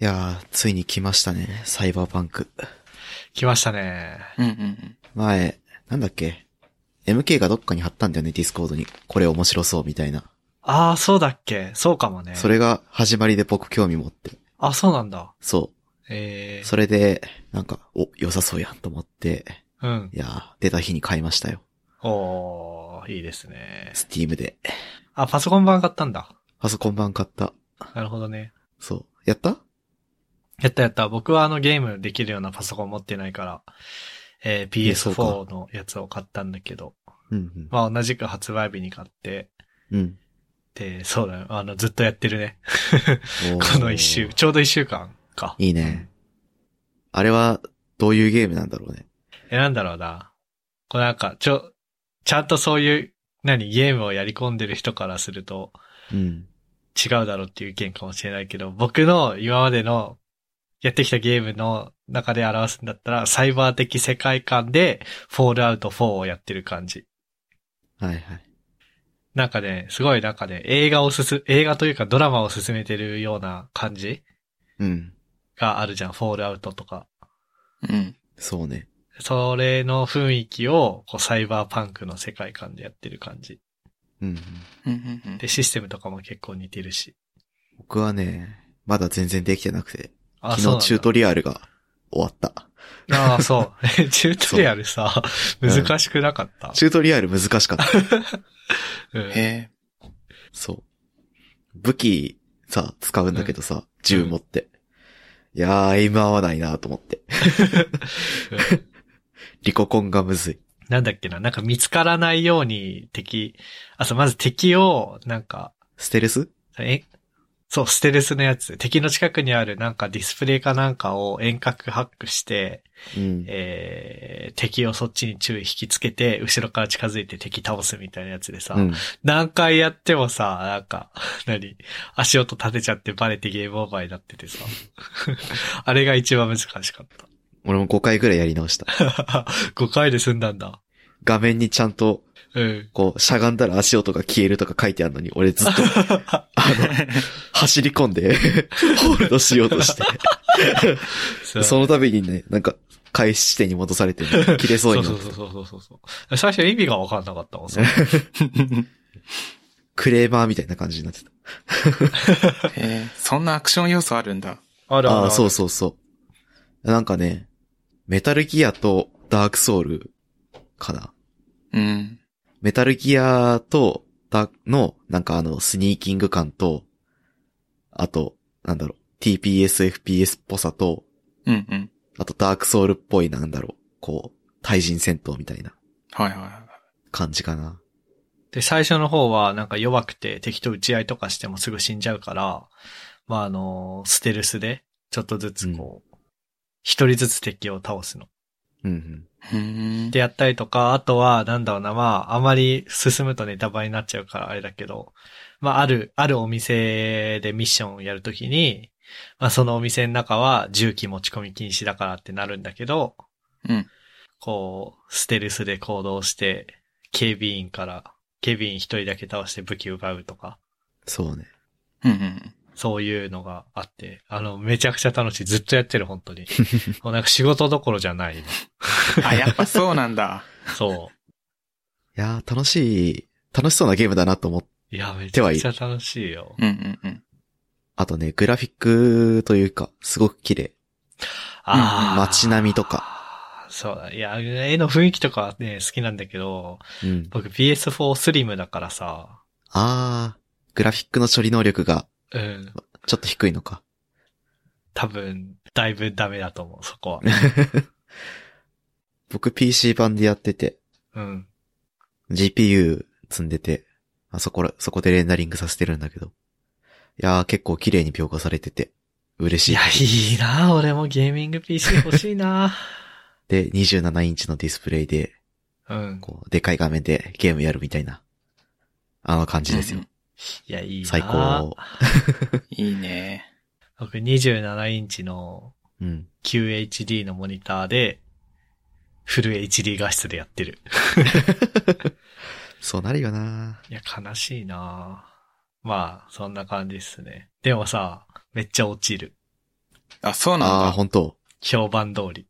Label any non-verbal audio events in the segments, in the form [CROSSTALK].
いやー、ついに来ましたね。サイバーパンク。来ましたね。うんうんうん。前、なんだっけ ?MK がどっかに貼ったんだよね、ディスコードに。これ面白そう、みたいな。ああ、そうだっけそうかもね。それが始まりで僕興味持って。あ、そうなんだ。そう。ええそれで、なんか、お、良さそうやんと思って、うん。いやー、出た日に買いましたよ。おー、いいですね。スティームで。あ、パソコン版買ったんだ。パソコン版買った。なるほどね。そう。やったやったやった。僕はあのゲームできるようなパソコン持ってないから、えー、そうか PS4 のやつを買ったんだけど、うん、まあ同じく発売日に買って、うん。うん。で、そうだよ。あの、ずっとやってるね。おーこの一週、。ちょうど一週間か。いいね。あれは、どういうゲームなんだろうね。え、なんだろうな。これなんか、ちょ、ちゃんとそういう、何、ゲームをやり込んでる人からするとうん。違うだろうっていう意見かもしれないけど、僕の今までのやってきたゲームの中で表すんだったら、サイバー的世界観で、フォールアウト4をやってる感じ。はいはい。なんかね、すごいなんかね、映画をすす、映画というかドラマを進めてるような感じうん。があるじゃん、フォールアウトとか。うん。そうね。それの雰囲気を、こう、サイバーパンクの世界観でやってる感じ。うんうん。うんうんうんで、システムとかも結構似てるし。僕はね、まだ全然できてなくて、あ、昨日チュートリリアルが終わった。ああ、そう。 [LAUGHS] チュートリアルさ、そう難しくなかった。チュートリアル難しかった。うんへえ。そう。武器さ、使うんだけどさ、銃持って。いやー、エイム合わないなと思って。うんリココンがむずい。なんだっけな、なんか見つからないように敵、あ、そう、まず敵を、なんか、ステルスえ、そう、ステルスのやつ。敵の近くにあるなんかディスプレイかなんかを遠隔ハックして、うん。えー、敵をそっちに注意引きつけて、後ろから近づいて敵倒すみたいなやつでさ、うん。何回やってもさ、なんか、 [LAUGHS] 何足音立てちゃってバレてゲームオーバーになっててさ。 [LAUGHS] あれが一番難しかった。俺も5回ぐらいやり直した。 5回で済んだんだ。画面にちゃんと、うん。こう、しゃがんだら足音が消えるとか書いてあるのに、俺ずっ [LAUGHS] と、あの、走り込んで、ホールドしようとして。そうその度にね、なんか、開始地点に戻されて、切れそうそにうなっそうてそうそうそうそう。最初意味が分かんなかったもんさ。クレーマーみたいな感じになってた。へえ。そんなアクション要素あるんだ。あるあるああー、あるそうそうそう。なんかね、メタルギアとダークソウルかな。うん。メタルギアとダの、なんかあの、スニーキング感と、あと、なんだろう、TPS、FPS っぽさと、うんうん。あとダークソウルっぽいなんだろう、こう、対人戦闘みたいなはいはいは感じかな。で、最初の方はなんか弱くて敵と打ち合いとかしてもすぐ死んじゃうから、まああの、ステルスで、ちょっとずつこう、一、人ずつ敵を倒すの。うんうん。い。うーんで。やったりとか、あとは、なんだろうな、まあ、あまり進むとネタバレになっちゃうからあれだけど、まあ、ある、あるお店でミッションをやるときに、まあ、そのお店の中は銃器持ち込み禁止だからってなるんだけど、うん。こう、ステルスで行動して、警備員から、警備員一人だけ倒して武器奪うとか、そうね。うんうん。そういうのがあって、あの、めちゃくちゃ楽しい。ずっとやってる、本 [LAUGHS] 当に。もうなんか仕事どころじゃない、今あ、やっぱそうなんだ。 [LAUGHS] そう。いやー、楽しい、楽しそうなゲームだなと思って、いや、めちゃくちゃ楽しいよ。うんうんうん。あとね、グラフィックというか、すごく綺麗。ああ。街並みとか。そうだ。いや、絵の雰囲気とかはね、好きなんだけど、うん。僕 PS4 スリムだからさ、あー、グラフィックの処理能力がうん。ちょっと低いのか。 [LAUGHS] 多分、だいぶダメだと思う、[LAUGHS] そこは。僕 PC 版でやってて、うん。 GPU 積んでて、あそこら、そこでレンダリングさせてるんだけど。いやー、結構綺麗に描画されてて、嬉いしいや。、いいな俺もゲーミング PC 欲しいな [LAUGHS] で、27インチのディスプレイで、うん。こう、でかい画面でゲームやるみたいな、あの感じですようん。いや、いいな最高。いいね。僕27インチのうん。 QHD のモニターで、フル HD 画質でやってる。そうなるよないや、悲しいなぁまあ、そんな感じっすね。でもさ、めっちゃ落ちる。あ、そうああなー、んだ。本当評判通り。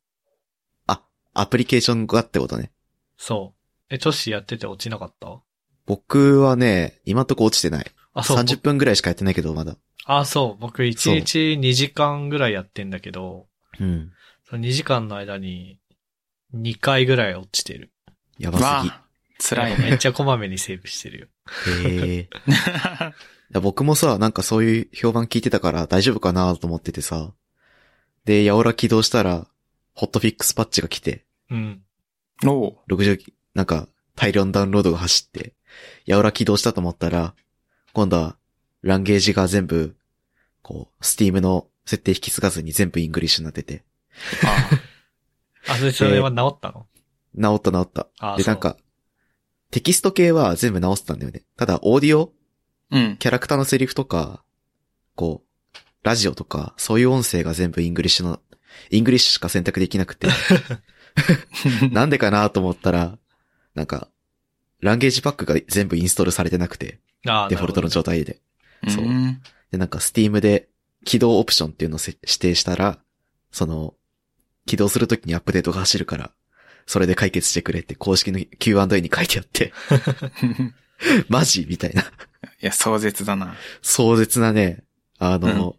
アプリケーションがってことね。そう。え、女子やってて落ちなかった僕はね、今んとこ落ちてない。あ、そう。 30分ぐらいしかやってないけど、まだ。あ、そう。僕1日2時間ぐらいやってんだけど、うん。その2時間の間に2回ぐらい落ちてる。やばわすぎ。あ、辛いめっ [LAUGHS] ね。ちゃこまめにセーブしてるよ。へえ。いや僕もさ、なんかそういう評判聞いてたから大丈夫かなと思っててさ。で、ヤオラ起動したら、ホットフィックスパッチが来て、うん。おう60、なんか大量のダウンロードが走って、ヤオラ起動したと思ったら、今度は、ランゲージが全部、こう、スティームの設定引き継がずに全部イングリッシュになってて、ああ、それそれは治ったの、治った治った。あで、そうなんか、テキスト系は全部直ったんだよね。ただ、オーディオうん。キャラクターのセリフとか、こう、ラジオとか、そういう音声が全部イングリッシュの、イングリッシュしか選択できなくて、なんでかなと思ったら、なんか、ランゲージパックが全部インストールされてなくて、あデフォルトの状状態で。 [LAUGHS] そううん [LAUGHS] で、なんか、スティームで起動オプションっていうのをせ指定したら、その、起動するときにアップデートが走るから、それで解決してくれって公式の Q&A に書いてあって、 [LAUGHS] マジみたいな。いや、壮絶だな。壮絶なね、あの、う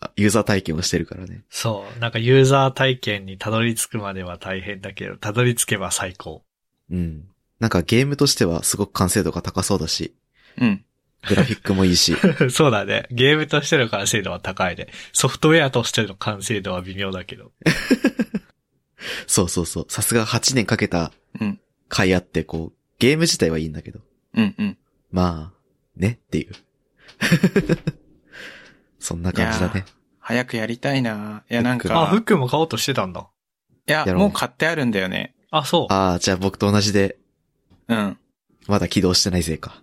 あユーザー体験をしてるからね。そう。なんかユーザー体験にたどり着くまでは大変だけど、たどり着けば最高。 [LAUGHS] うん。なんかゲームとしてはすごく完成度が高そうだし、うん。グラフィックもいいし、そうだね。ゲームとしての完成度は高いで、ソフトウェアとしての完成度は微妙だけど。そうそうそう。さすが8年かけたうん回あって、こう、ゲーム自体はいいんだけど、うんうん。まあ、ねっていう。 [LAUGHS] そんな感じだいねや。早くやりたいな。いや、なんあ、フッか、クも買おうとしてたんだ。いやや、ろうもう買ってあるんだよね。あ、そう。ああ、じゃあ僕と同じで、うん。まだ起動してないせいか。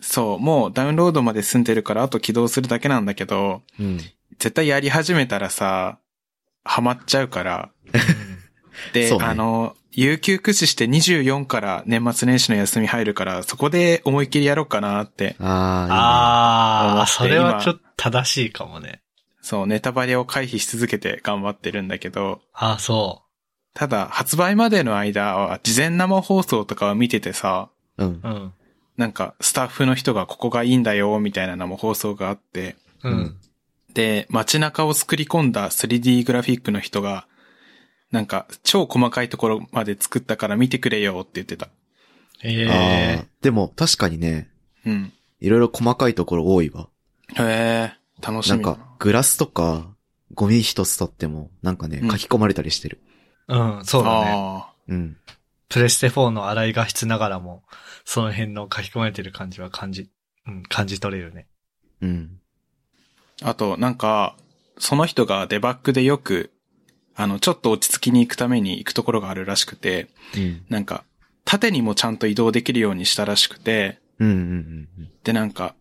そう、もうダウンロードまで済んでるから、あと起動するだけなんだけど、うん。絶対やり始めたらさ、ハマっちゃうから。で、 [LAUGHS] そうねあの、有給駆使して24から年末年始の休み入るから、そこで思いっきりやろうかなって。ああ、あ思あ、ってそれはちょっと正しいかもね。そう、ネタバレを回避し続けて頑張ってるんだけど、あそただ、発売までの間は、事前生放送とかを見ててさ、いいね。うん。う。うん。なんか、スタッフの人がここがいいんだよ、みたいなのも放送があって、ううんん。で、街中を作り込んだ 3D グラフィックの人が、なんか、超細かいところまで作ったから見てくれよって言ってた。えあえあ、でも確かにね、うん。いろいろ細かいところ多いわ。へえ、楽しなみんか、グラスとか、ゴミ一つとっても、なんかねう、ん書き込まれたりしてる。うん、そうだね。あうん。プレステ4の洗い画質ながらも、その辺の書き込まれてる感じは感じ、うん、感じ取れるね。うん。あ。あと、なんか、その人がデバッグでよく、あの、ちょっと落ち着きに行くために行くところがあるらしくて、うん。なんか、縦にもちゃんと移動できるようにしたらしくて、うんうんうん。でなんか、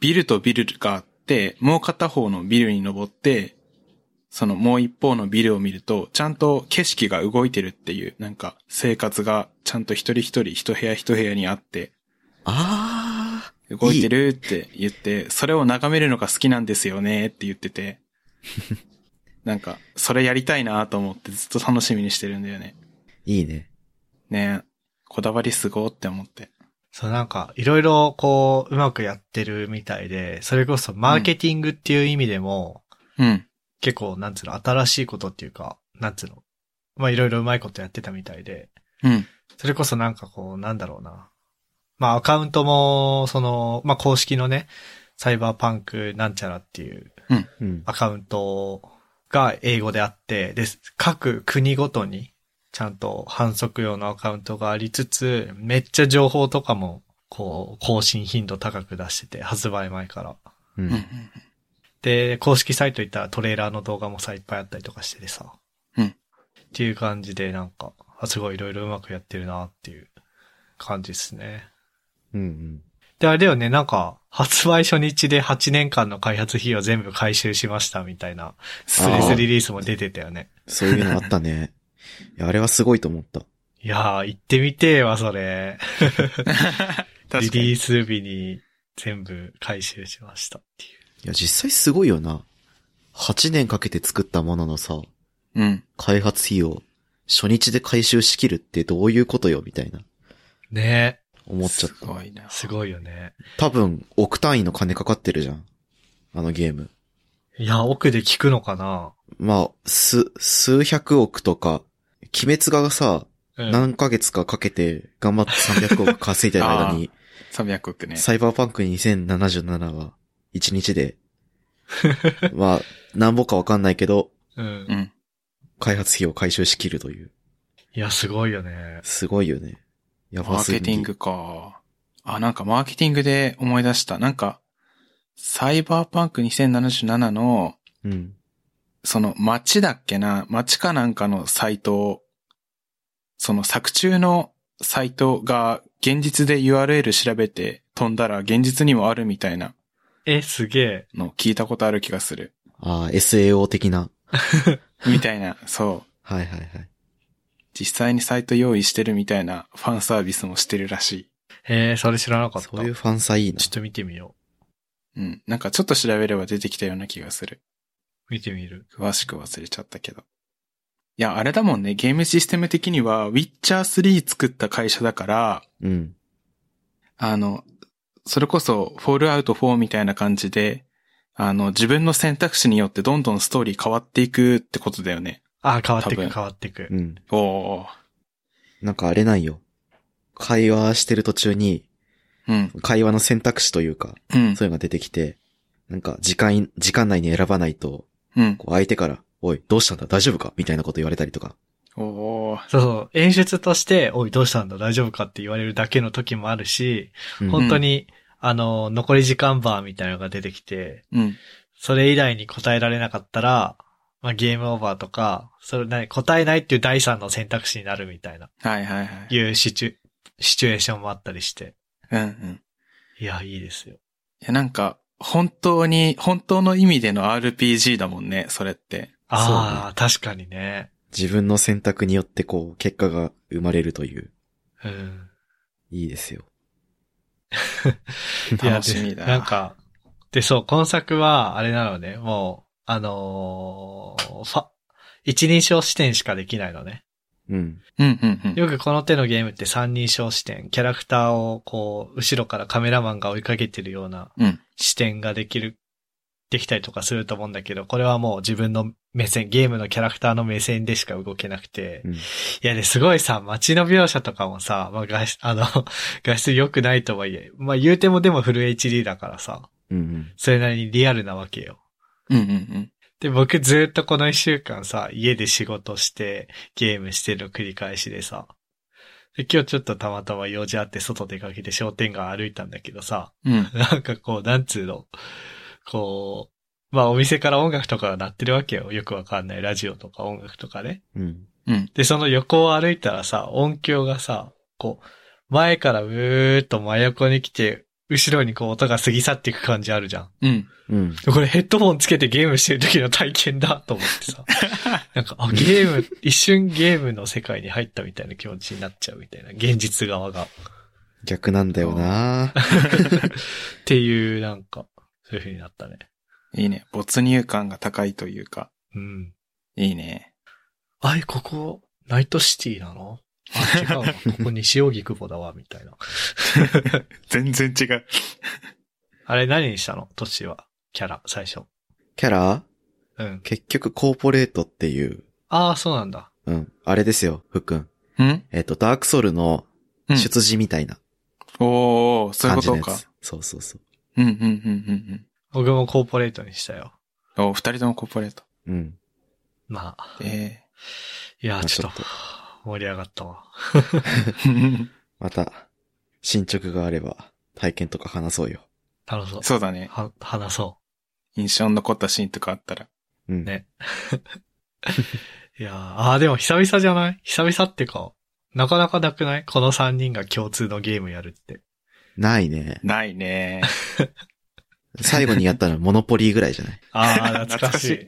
ビルとビルがあって、もう片方のビルに登って、そのもう一方のビルを見ると、ちゃんと景色が動いてるっていう、なんか、生活がちゃんと一人一人一部屋一部屋にあって、あ動いてるって言って、それを眺めるのが好きなんですよねって言ってて、なんか、それやりたいなと思ってずっと楽しみにしてるんだよね。あ、いいね。ねこだわりすごって思って。そうなんか、いろいろこう、うまくやってるみたいで、それこそマーケティングっていう意味でも、うん。結構、なんつうの、新しいことっていうか、なんつうの、まあいろいろうまいことやってたみたいで、うん。それこそなんかこう、なんだろうな。まあアカウントも、その、まあ公式のね、サイバーパンクなんちゃらっていううん。アカウントが英語であって、で、各国ごとにちゃんと反則用のアカウントがありつつ、めっちゃ情報とかも、こう、更新頻度高く出してて、発売前から。ううんん。。で、公式サイト行ったらトレーラーの動画もさ、いっぱいあったりとかしててさ。うんっていう感じで、なんか、あすごいいろいろうまくやってるなっていう感じですね。うんうん。で、あれだよね、なんか、発売初日で8年間の開発費用全部回収しましたみたいな、プスレレススリリリースも出てたよね。そういうのあった [LAUGHS] ね。いや、あれはすごいと思った。いやー、行ってみてえわ、それ。リ確かリーに。ス日に全部回収しましたっていう。いや、実際すごいよな。 8年かけて作ったもののさ、うん。開発費用、初日で回収しきるってどういうことよ、みたいな、ね思っちゃっすた。ごいな。すごいよね。多分、億単位の金かかってるじゃん。あのゲーム。いや、奥で聞くのかなまあ、す、数百億とか、鬼滅がさ、うん。何ヶ月かかけて頑張って300億稼いでる間 [LAUGHS] に、 300億ね。サイバーパンク2077は、1日で、 [LAUGHS] まあ、なんぼかわかんないけど、うんう。ん。開発費を回収しきるという。いや、すごいよね。すごいよね。やマばすーぎケティングか。あ、なんかマーケティングで思い出した。なんか、サイバーパンク2077の、うん。その街だっけな、街かなんかのサイトを、その作中のサイトが現実で URL 調べて飛んだら現実にもあるみたいなえ、すげえ。の聞いたことある気がする。ああ、SAO 的な。みたいな、そう。はいはいはい。実際にサイト用意してるみたいなファンサービスもしてるらしえー、それ知らなかった。そういうファンサいいなちょ。っと見てみよい。うん。なんかちょっと調べれば出てきたような気がする。う。見てみる。詳しく忘れちゃったけど。いや、あれだもんね。ゲームシステム的には、ウィッチャー3作った会社だから、うん。あの、それこそ、フォールアウト4みたいな感じで、あの、自分の選択肢によってどんどんストーリー変わっていくってことだよね。あ、変わって多く、分変わってく。うん。おお。なんかあれなんよ。会話してる途中に、うん。会話の選択肢というか、うん。そういうのが出てきて、なんか時間、時間内に選ばないと、うん。こう相手から、おい、どうしたんだ大丈夫かみたいなこと言われたりとか。おおー。そうそう。演出として、おい、どうしたんだ大丈夫かって言われるだけの時もあるし、うん本当に、あの、残り時間バーみたいなのが出てきて、うん。それ以来に答えられなかったら、まあ、ゲームオーバーとか、それ何、答えないっていう第三の選択肢になるみたいな、はいはいはい。いうシチュ、シチュエーションもあったりして。うんうん。いや、いいですよ。いや、なんか、本当に、本当の意味での RPG だもんね、それって。ああ、確かにね。自分の選択によってこう、結果が生まれるという。うん。いいですよ。いや楽しみだでなんか、で、そう、今作は、あれなのね、もう、あのーファ、一人称視点しかできないのね。うん。うんうんうん。よくこの手のゲームって三人称視点、キャラクターをこう、後ろからカメラマンが追いかけてるようなうん。視点ができる、できたりとかすると思うんだけど、これはもう自分の目線、ゲームのキャラクターの目線でしか動けなくてう。ん。いやね、すごいさ、街の描写とかもさ、まあ画質、あの、 [LAUGHS] 画質良くないとはいえ、まあ言うてもでもフル HD だからさ、うんうん。それなりにリアルなわけよ。うんうんで、僕ずっとこの一週間さ、家で仕事して、ゲームしてるの繰り返しでさ。で、今日ちょっとたまたま用事あって外出かけて商店街歩いたんだけどさ、うん。うん。なんかこう、なんつうの、こう、まあお店から音楽とかが鳴ってるわけよ。よくわかんないラジオとか音楽とかね。うん。うん。で、その横を歩いたらさ、音響がさ、こう、前からうーっと真横に来て、後ろにこう音が過ぎ去っていく感じあるじゃん。うん。うん。これヘッドホンつけてゲームしてる時の体験だと思って [LAUGHS] さ。なんか、あ、ゲーム、一瞬ゲームの世界に入ったみたいな気持ちになっちゃうみたいな、現実側が。っ逆なんだよなていう、なんか、そういう風になったね。いいね。没入感が高いというか。うん。いいね。あい、ここ、ナイトシティなのあ、違う [LAUGHS] わ。ここ西荻窪だわ、みたいな。全然違う。あれ、何にしたのトシは。キャラ、最初。キャラうん。結局コーポレートっていう、ああ、そうなんだ。うん。あれですよ、ふっくん。うんえっ、と、ダークソウルのうん出自みたいなおー、そうい感うこじのとやつ。か。そうそうそうんうんうんうん僕もコーポレートにしたよ。うん。おー、二人ともコーポレート。う。うん。まあ、えいやー、あちょっちとょっ、盛り上がったわ。え [LAUGHS] また、進捗があれば、体験とか話そうよ。楽しそう。そうだね。は、話そ印象に残ったシーンとかあったら。うん。ねう。いやー、あーでも久々じゃない久々ってか、なかなかなくないこの3人が共通のゲームやるって。ないね。ないね。最後にやったのはモノポリーぐらいじゃ [LAUGHS] ないああ、 [LAUGHS] 懐かしい。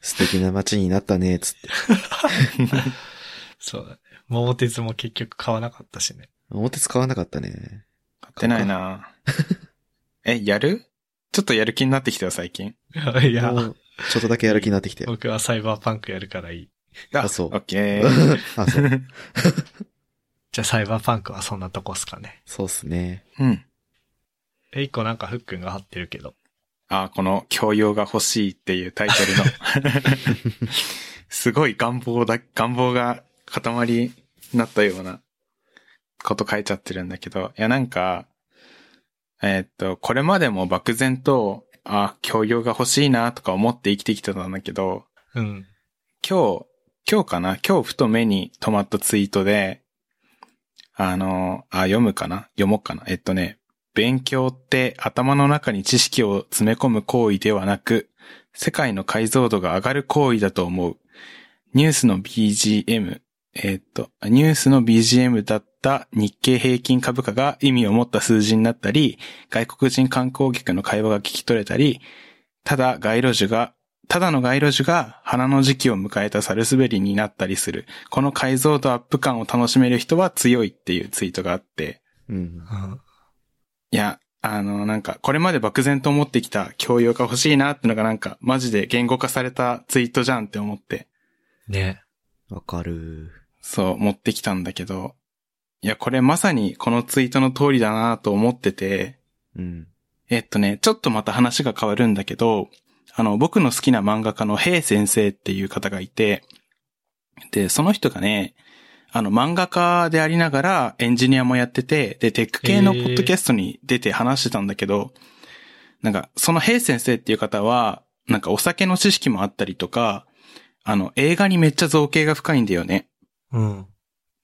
素敵な街になったね、つって。そうだね。桃鉄も結局買わなかったし [LAUGHS] ね。表使わなかったね。 [LAUGHS] 買ってないな。え、やるちょっとやる気になってきたよ、最近。いやも、うちょっとだけやる気になってき [LAUGHS] て。僕はサイバーパンクやるからいい。あそうオッケ [LAUGHS] ー。あ、そう。じゃあサイバーパンクはそんなとこっすかね。そうっすね。うん。え、一個なんかフックンが貼ってるけど。あ、この教養が欲しいっていうタイトルの。すごい願望だ、願望が塊になったようなこと書いちゃってるんだけど、いやなんか、えーっと、これまでも漠然と、あ、教養が欲しいなとか思って生きてきてたんだけど、うん。今日、今日かな今日ふと目に止まったツイートで、あの、あ、読むかな読もうかなえっとね、勉強って頭の中に知識を詰め込む行為ではなく、世界の解像度が上がる行為だと思う。ニュースの BGM、えっと、ニュースの BGM だった日経平均株価が意味を持った数字になったり、外国人観光客の会話が聞き取れたり、ただ街路樹がただの街路樹が花の時期を迎えたサルスベリになったりする。この解像度アップ感を楽しめる人は強いっていうツイートがあって。うん。うん。いや、あの、なんか、これまで漠然と思ってきた教養が欲しいなってのがなんか、マジで言語化されたツイートじゃんって思って、ね。わかる。そう、持ってきたんだけど、いや、これまさにこのツイートの通りだなと思ってて、うん。えっとね、ちょっとまた話が変わるんだけど、あの、僕の好きな漫画家のヘイ先生っていう方がいて、で、その人がね、あの、漫画家でありながらエンジニアもやってて、で、テック系のへポーッドキャストに出て話してたんだけど、なんか、そのヘイ先生っていう方は、なんかお酒の知識もあったりとか、あの、映画にめっちゃ造形が深いんだよね。うん。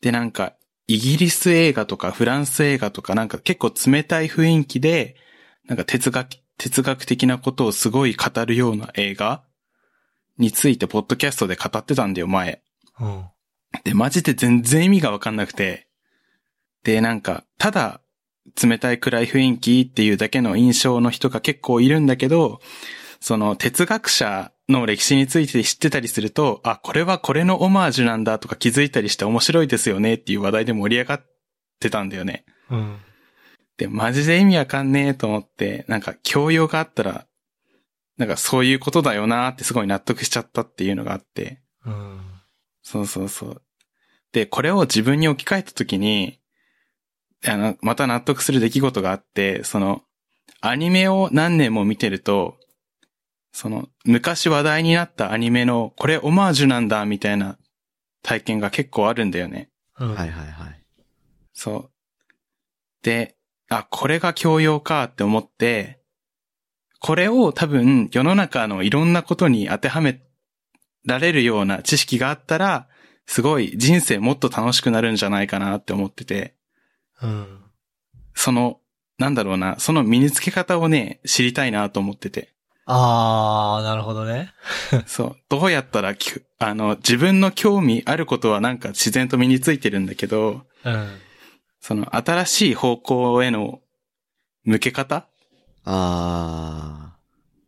で、なんか、イギリス映画とかフランス映画とかなんか結構冷たい雰囲気で、なんか哲学、哲学的なことをすごい語るような映画についてポッドキャストで語ってたんだよ、前。うん。で、マジで全然意味がわかんなくて。で、なんか、ただ、冷たい暗い雰囲気っていうだけの印象の人が結構いるんだけど、その哲学者の歴史について知ってたりすると、あ、これはこれのオマージュなんだとか気づいたりして面白いですよねっていう話題で盛り上がってたんだよね。うん。で、マジで意味わかんねえと思って、なんか教養があったら、なんかそういうことだよなーってすごい納得しちゃったっていうのがあって。うん。そうそうそう。で、これを自分に置き換えたときに、あの、また納得する出来事があって、その、アニメを何年も見てると、その、昔話題になったアニメの、これオマージュなんだ、みたいな体験が結構あるんだよね。うん。はいはいはい。そう。で、あ、これが教養かって思って、これを多分世の中のいろんなことに当てはめられるような知識があったら、すごい人生もっと楽しくなるんじゃないかなって思ってて、うん。その、なんだろうな、その身につけ方をね、知りたいなと思ってて。あー、なるほどね。そう。どうやったらきゅ、あの、自分の興味あることはなんか自然と身についてるんだけど、うん。その新しい方向への向け方あ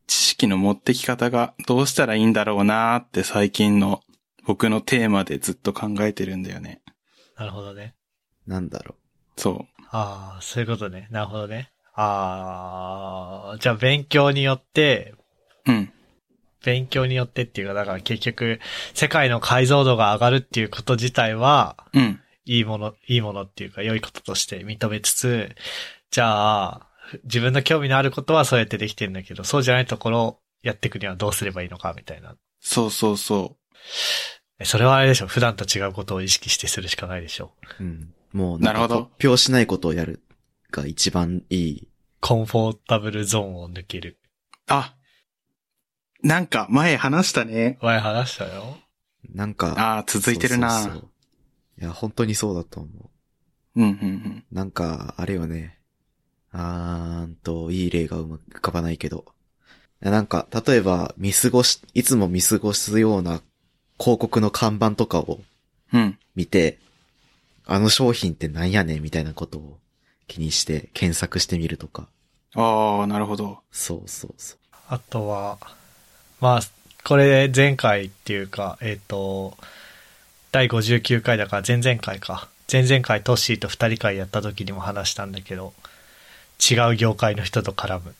知識の持ってき方がどうしたらいいんだろうなーって最近の僕のテーマでずっと考えてるんだよね。なるほどね。ー、なんだろそあー、そういうことね。なるほどね。あー、じゃあ勉強によって、う。うん。勉強によってっていうか、だから結局、世界の解像度が上がるっていうこと自体は、うん。いいもの、いいものっていうか、良いこととして認めつつ、じゃあ、自分の興味のあることはそうやってできてるんだけど、そうじゃないところをやっていくにはどうすればいいのか、みたいな。そうそうそえそれはあれでしょ普段と違うことを意識してするしかないでしょう。うん。もうななるんほかど突拍しないことをやるが一番いい。コンフォータブルゾーンを抜ける。う。あ。なんか前話したね。前話したよ。なんか。ああ、続いてるなそうそうそういや、本当にそうだと思う。うんうんうん。なんか、あれよね。あーんと、いい例がうまく浮かばないけど。なんか、例えば、見過ごし、いつも見過ごすような広告の看板とかをうん。見て、あの商品ってなんやねんみたいなことを気にして検索してみるとか。ああ、なるほど。そうそうそあとは、まあ、これ前回っていうか、えっ、と、第59回だから前々回か。前々回トッシーと2人会やった時にも話したんだけど、違う業界の人と絡む。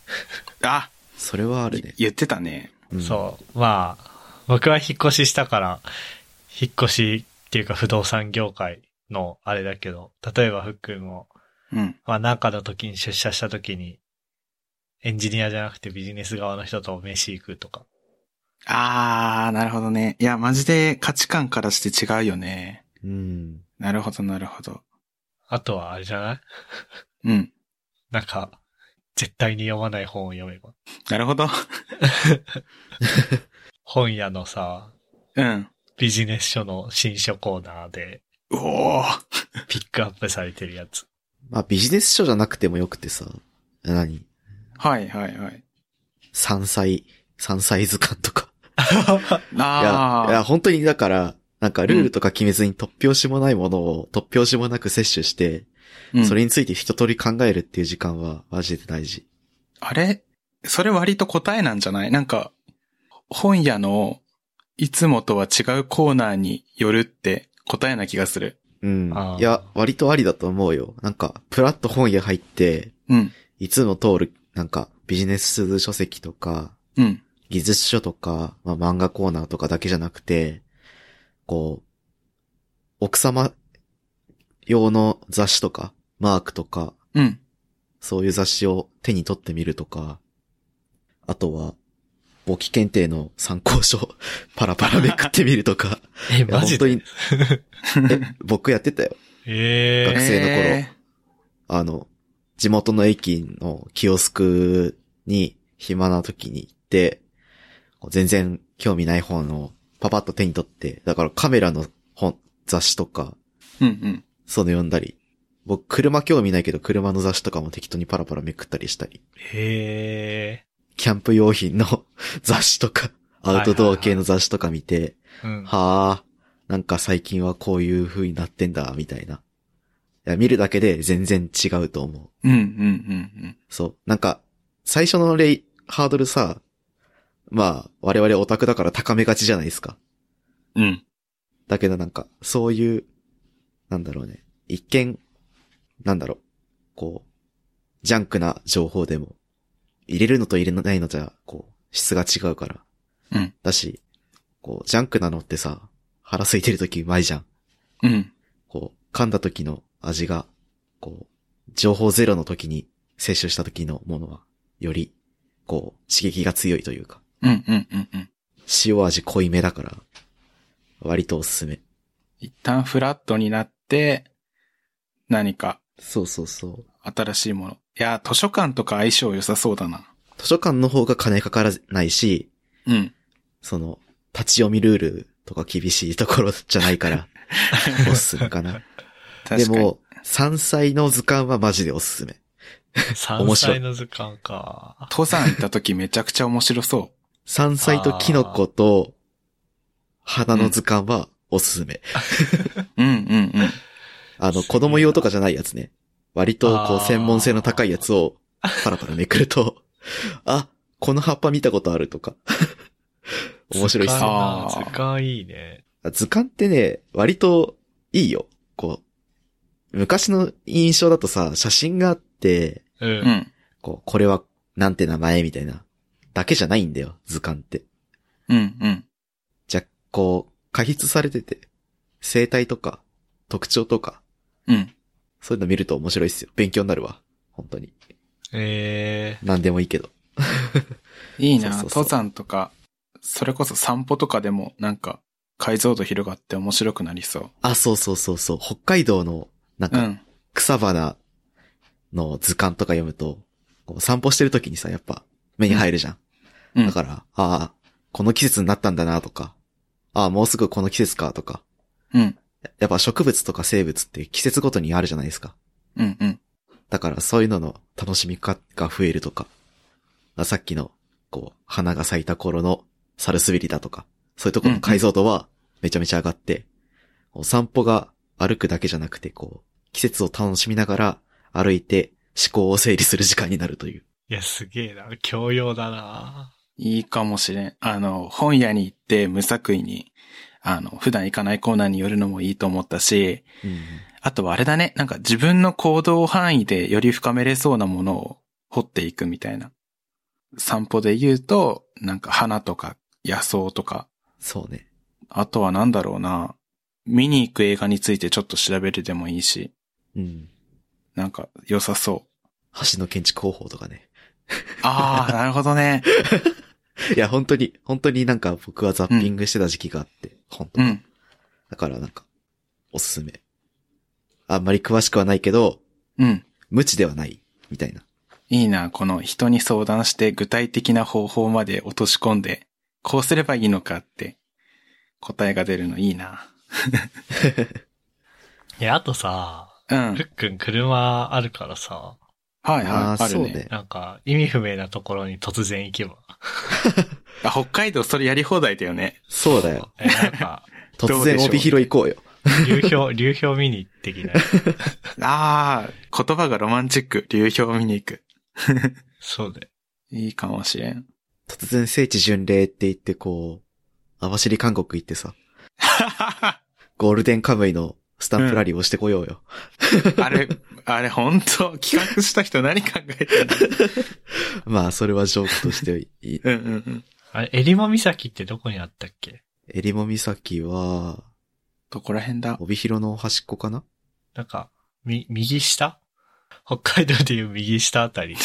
あ、それはあるね。言ってたね。うんそう。まあ、僕は引っ越ししたから、引っ越しっていうか不動産業界のあれだけど、例えばふっくんも、うん。まあなんかの時に出社した時に、エンジニアじゃなくてビジネス側の人と飯行くとか。あー、なるほどね。いや、マジで価値観からして違うよね。うん。なるほど、なるほど。あとはあれじゃないうん。なんか、絶対に読まない本を読めば。なるほど。 [LAUGHS] 本屋のさ、うん。ビジネス書の新書コーナーでおー。ピックアップされてるやつ。まあビジネス書じゃなくてもよくてさ、何はい、はい、はい。山菜、山菜図鑑とか。いや、あー。いや、本当にだから、なんかルールとか決めずに突拍子もないものを突拍子もなく摂取して、うんそれについて一通り考えるっていう時間はマジで大事。あれそれ割と答えなんじゃないなんか、本屋のいつもとは違うコーナーによるって答えな気がする。うんあ。ーいや、割とありだと思うよ。なんか、プラッと本屋入って、うん。いつも通る、なんか、ビジネス書籍とか、うん。技術書とか、まあ、漫画コーナーとかだけじゃなくて、こう、奥様用の雑誌とか、マークとか、うん。そういう雑誌を手に取ってみるとか、あとは、簿記検定の参考書、 [LAUGHS] パラパラめくってみるとか。え、いや [LAUGHS] マジで本当にえ僕やってたよ。え学生えの頃えあの、地元の駅のキオスクに暇な時に行って、こう全然興味ない本をパパッと手に取って、だからカメラの本、雑誌とか、ーうんうん。そういうの読んだり、僕車興味ないけど車の雑誌とかも適当にパラパラめくったりしたり、へえキャンプ用品の [LAUGHS] 雑誌とか、いアはいはウトいドア系の雑誌とか見て、うん。はあ、なんか最近はこういう風になってんだ、みたいな。いや、見るだけで全然違うと思う。うんうんうんそう。なんか、最初のレイ、ハードルさ、まあ、我々オタクだから高めがちじゃないですか。うん。うん。だけどなんか、そういう、なんだろうね。一見、なんだろう。こう、ジャンクな情報でも、入れるのと入れないのじゃ、こう、質が違うから。うんだし、こう、ジャンクなのってさ、腹空いてる時うまいじゃん。うん。こう、噛んだ時の味が、こう、情報ゼロの時に摂取した時のものは、より、こう、刺激が強いというか、うんうんうんうん。塩味濃いめだから、割とおすすめ。一旦フラットになって、何かそうそうそう。新しいもの。いや、図書館とか相性良さそうだな。図書館の方が金かからないし、うん。その、立ち読みルールとか厳しいところじゃないから、おすすめかな。確でかに。も、山菜の図鑑はマジでおすすめ。山菜の図鑑か。登山行った時めちゃくちゃ面白そ山菜とキノコと、花の図鑑はおすすめ。う。うんうんうん。あの、すげえな子供用とかじゃないやつね。割と、こあう、ー専門性の高いやつを、パラパラめくると、あ、この葉っぱ見たことあるとか。面白いっす図よ。鑑なあー図鑑いいね。図鑑ってね、割と、いいよ。こう、昔の印象だとさ、写真があって、うん。うん。こう、これは、なんて名前みたいな、だけじゃないんだよ、図鑑って。うんうん。じゃ、こう、過筆されてて、生態とか、特徴とか、うん。そういうの見ると面白いっすよ。勉強になるわ。本当に。ええ何でもいいけど。いいなそうそうそう登山とか、それこそ散歩とかでもなんか解像度広がって面白くなりそう。あ、そうそうそうそう。北海道の、なんうか、ん。草花の図鑑とか読むと、こう散歩してる時にさ、やっぱ、目に入るじゃん。うんだから、ああ、この季節になったんだなとか、ああ、もうすぐこの季節かとか。うん。やっぱ植物とか生物って季節ごとにあるじゃないですか。うんうん。だからそういうのの楽しみ方が増えるとか、あさっきの、こう、花が咲いた頃のサルスベリだとか、そういうところの解像度はめちゃめちゃ上がって、お散歩が歩くだけじゃなくて、こう、季節を楽しみながら歩いて思考を整理する時間になるという。いや、すげえな。教養だな。いいかもしれん。あの、本屋に行って無作為に、あの、普段行かないコーナーに寄るのもいいと思ったし、うん。あとはあれだね。なんか自分の行動範囲でより深めれそうなものを掘っていくみたいな。散歩で言うと、なんか花とか野草とか、そうね。あとはなんだろうな。見に行く映画についてちょっと調べるでもいいし、うん。なんか良さそう。橋の建築方法とかね。あ [LAUGHS] あ、なるほどね。いや、本当に、本当になんか僕はザッピングしてた時期があって、本当うにん。だからなんか、おすすめ。あんまり詳しくはないけど、うん。無知ではない、みたいな。いいな、この人に相談して具体的な方法まで落とし込んで、こうすればいいのかって答えが出るのいいな。いや、あとさ、うん。ふっくん車あるからさ、あはいはい、あ、あるそうねね。なんか意味不明なところに突然行けば。あ。北海道それやり放題だよね。そうだよ。え、なんか、う突然帯広行こうよ。流氷、流氷見に行ってきない。ああ、言葉がロマンチック。流氷見に行く。そうで。いいかもし [LAUGHS] れん。突然聖地巡礼って言ってこう、網走韓国行ってさ、ゴールデンカムイのスタンプラリーをしてこようよ。あれ、あれ本当企画した人何考えてんのまあ、それはジョークと [LAUGHS]。していいうんうんうん。あれ、えりも岬ってどこにあったっけえりも岬は、どこら辺だ帯広の端っこかななんか、み、右下北海道でいう右下あたり。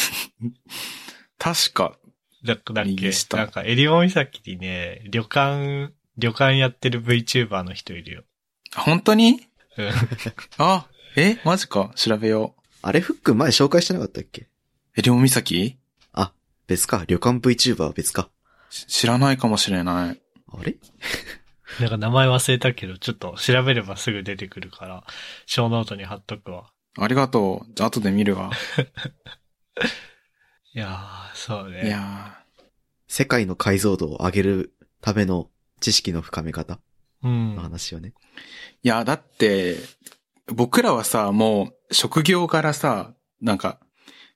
確か。だだっけ右下なんか、えりも岬にね、旅館、旅館やってる VTuber の人いるよ。本当に [LAUGHS] うんあ、えマジか。調べよう。あれ、フックン前紹介してなかったっけえりも岬あ、別か。旅館 VTuber は別か。し知らないかもしれない。あれなんか名前忘れたけど、ちょっと調べればすぐ出てくるから、小ノートに貼っとくわ。ありがとう。じゃあ後で見るわ。いやー、そういね。や世界の解像度を上げるための知識の深め方うんの。話よね。ー。いやー、だって、僕らはさ、もう、職業からさ、なんか、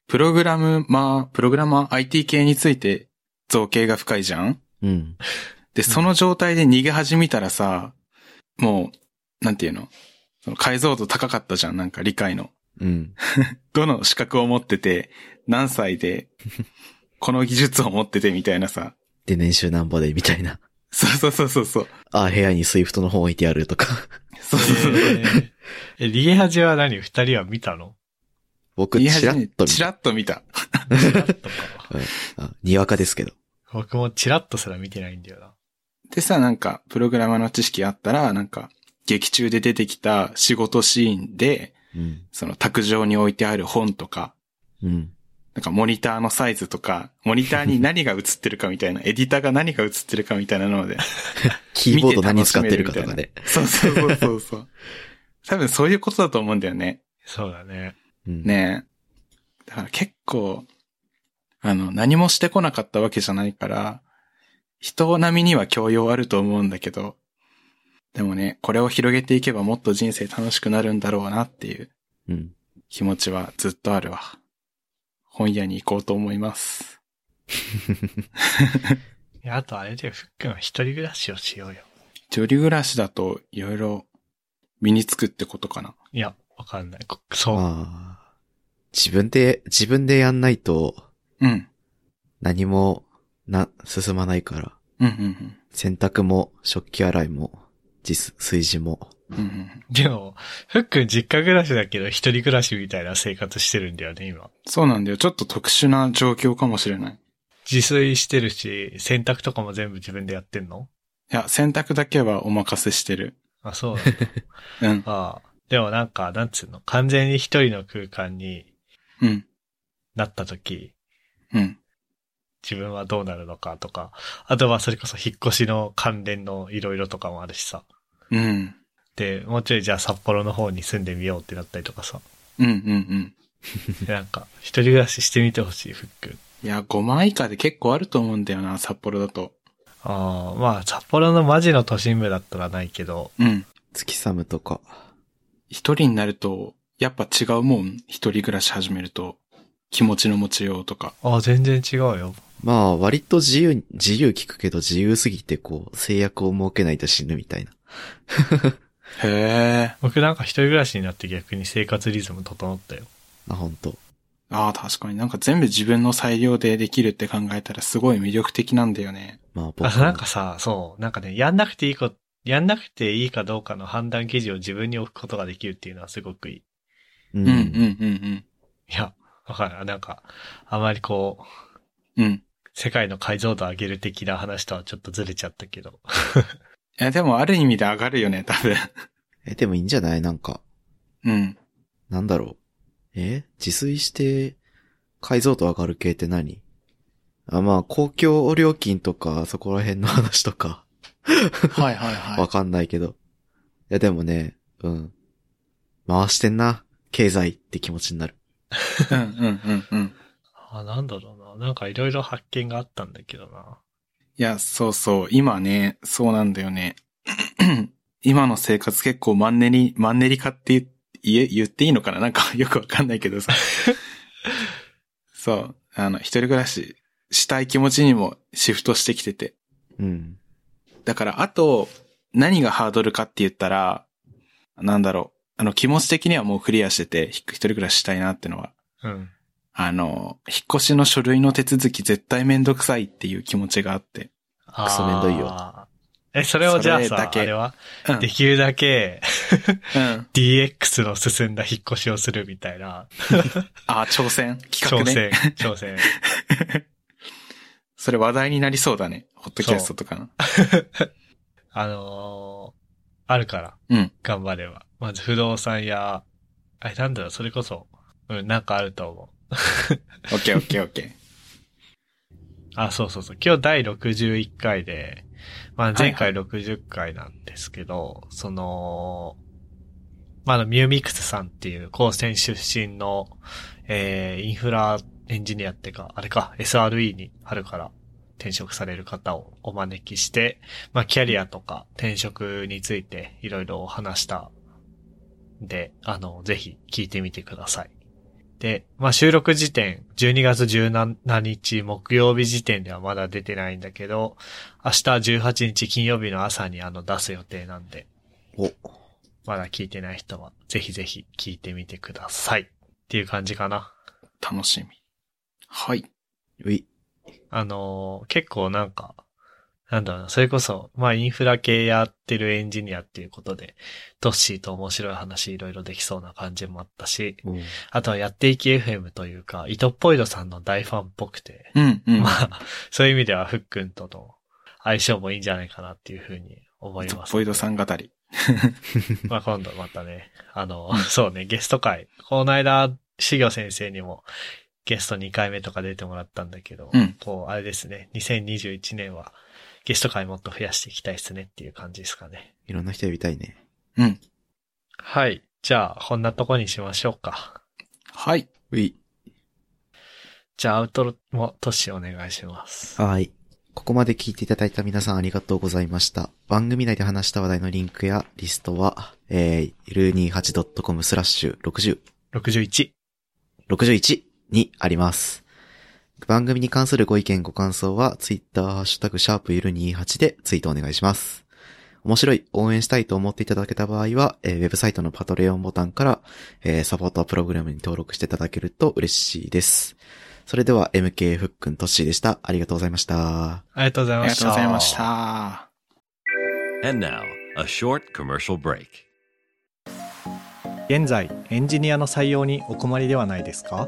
プログラム、まあ、プログラマー IT 系について造形が深いじゃんうん。で、その状態で逃げ始めたらさ、もう、なんていうのその解像度高かったじゃんなんか理解の。うん。どの資格を持ってて、何 [LAUGHS] 歳で、この技術を持っててみたいなさ。で、年収なんぼで、みたいな。そうそうそうそうそう。あ、部屋にスイフトの本置いてあるとか。 [LAUGHS] そうそうそう。えー、えリゲハジは何二人は見たの僕、言チい始ラめッと見チラッと見た。とかはあ、にわかですけど。僕もチラッとすら見てないんだよな。でさ、なんか、プログラマーの知識あったら、なんか、劇中で出てきた仕事シーンで、うん。その卓上に置いてある本とか、うん。なんかモニターのサイズとか、モニターに何が映ってるかみたい [LAUGHS] な、エディターが何が映ってるかみたいなので、キーボード何使ってるかとかね。そうそうそうそうそう。多分そういうことだと思うんだよね。そうだね。うん。ねえ。だから結構、あの、何もしてこなかったわけじゃないから、人並みには教養あると思うんだけど、でもね、これを広げていけばもっと人生楽しくなるんだろうなっていううん。気持ちはずっとあるわ。本屋に行こうと思います。いやあとあれで、ふっくんは一人暮らしをしようよ。一人暮らしだといろいろ身につくってことかな。いや、わかんない。こそう。まあ、自分で、自分でやんないと、うん。何も、な、進まないから。うんうん洗濯も、食器洗いも、自炊事も。うん。うんうん、でも、ふっくん実家暮らしだけど、一人暮らしみたいな生活してるんだよね、今。そうなんだよ。ちょっと特殊な状況かもしれない。自炊してるし、洗濯とかも全部自分でやってんのいや、洗濯だけはお任せしてる。あ、そう [LAUGHS] なんだ。うん。ああ。でもなんか、なんつうの、完全に一人の空間にうん。なった時、うん。自分はどうなるのかとか、あとはそれこそ引っ越しの関連のいろいろとかもあるしさ。うん。うんで、もうちょいじゃあ札幌の方に住んでみようってなったりとか [LAUGHS] さ。うんうん。でなんか、一人暮らししてみてほしい、フック。いや、5万以下で結構あると思うんだよな、札幌だと。ああ、まあ、札幌のマジの都心部だったらないけど、うん。月寒とか。一人になると、やっぱ違うもん。一人暮らし始めると、気持ちの持ちようとか。ああ、全然違うよ。まあ、割と自由に、自由聞くけど自由すぎてこう、制約を設けないと死ぬみたいな。へえ。僕なんか一人暮らしになって逆に生活リズム整ったよ。あ、本当ああ、確かになんか全部自分の裁量でできるって考えたらすごい魅力的なんだよね。まあ僕あ、もなんかさ、そう、なんかね、やんなくていいこ、やんなくていいかどうかの判断基準を自分に置くことができるっていうのはすごくいい。う、うんん、うん、うん、いや、わかんない。なんか、あまりこう、うん。うん。世界の解像度上げる的な話とはちょっとずれちゃったけど。いや、でもある意味で上がるよね、多分。え、でもいいんじゃないなんか、うん。なんだろう。え自炊して、解像度上がる系って何あ、まあ、公共料金とか、そこら辺の話とか、はいはいはわかんないけど。いや、でもね、うん。回してんな、経済って気持ちになる。い。うんうんうんうん。あ、なんだろうな。なんかいろいろ発見があったんだけどな。いや、そうそう。今ね、そうなんだよね。 [CLEARS THROAT] 今の生活結構マンネリ、マンネリ化って言え、言っていいのかななんかよくわかんないけどさ。そう。あの、一人暮らししたい気持ちにもシフトしてきてて。うん。だから、あと、何がハードルかって言ったら、なんだろう。あの、気持ち的にはもうクリアしてて、ひ一人暮らししたいなってのは。うん。あの、引っ越しの書類の手続き絶対めんどくさいっていう気持ちがあって。あークソめんどいよ。え、それをじゃあそれさ、だあけれは、うん。できるだけうん。 DX の進んだ引っ越しをするみたいな、あ、挑戦企挑画ね。戦、挑 [LAUGHS] 戦。それ話題になりそうだね。ホットキャストとかの。あのーあるから、うん。頑張れば。まず不動産や、あれなんだろう、それこそ、うん、なんかあると思う。オッケーオッケーオッケあ、そうそうそう。今日第61回で、まあい前回60回なんですけど、その、まああのミューミックスさんっていう高専出身の、えー、インフラエンジニアってか、あれか、SRE に春から転職される方をお招きして、まあキャリアとか転職についていろいろお話したんで、あの、ぜひ聞いてみてください。で、まあ、収録時点、12月17日木曜日時点ではまだ出てないんだけど、明日18日金曜日の朝にあの出す予定なんで、お、まだ聞いてない人はぜひぜひ聞いてみてください。っていう感じかな。ー。楽しみ。はい。うい、あのー結構なんか、なんだろうな、それこそ、まあ、インフラ系やってるエンジニアっていうことで、トッシーと面白い話いろいろできそうな感じもあったし、おうあとはやっていき FM というか、糸っぽいどさんの大ファンっぽくて、うんうん。まあ、そういう意味では、ふっくんとの相性もいいんじゃないかなっていうふうに思いゾまッす。ポイドさん語り。まあ今度またね、あの、 [LAUGHS] そうね、ゲスト会。この間、修行先生にもゲスト2回目とか出てもらったんだけど、うんこう、あれですね、2021年はゲスト会もっと増やしていきたいですねっていう感じですかね。いろんな人呼びたいね。うん。はい。じゃあ、こんなとこにしましょうか。はい。うい。じゃあ、アウトロもトシお願いします。はい。ここまで聞いていただいた皆さんありがとうございました。番組内で話した話題のリンクやリストは、えー、l28.com スラッシュ60、 61。 61にあります。番組に関するご意見ご感想は、ツイッターハッシュタグ、シャープゆる28でツイートお願いします。面白い、応援したいと思っていただけた場合は、えーウェブサイトのパトレオンボタンから、えーサポータープログラムに登録していただけると嬉しいです。それでは、MK ふっくんとっしーでした。ありがとうございました。ありがとうございあまりしがとた。うございまし。た。 And now, a short commercial break. 現在エンジニアの採用にお困りではないですか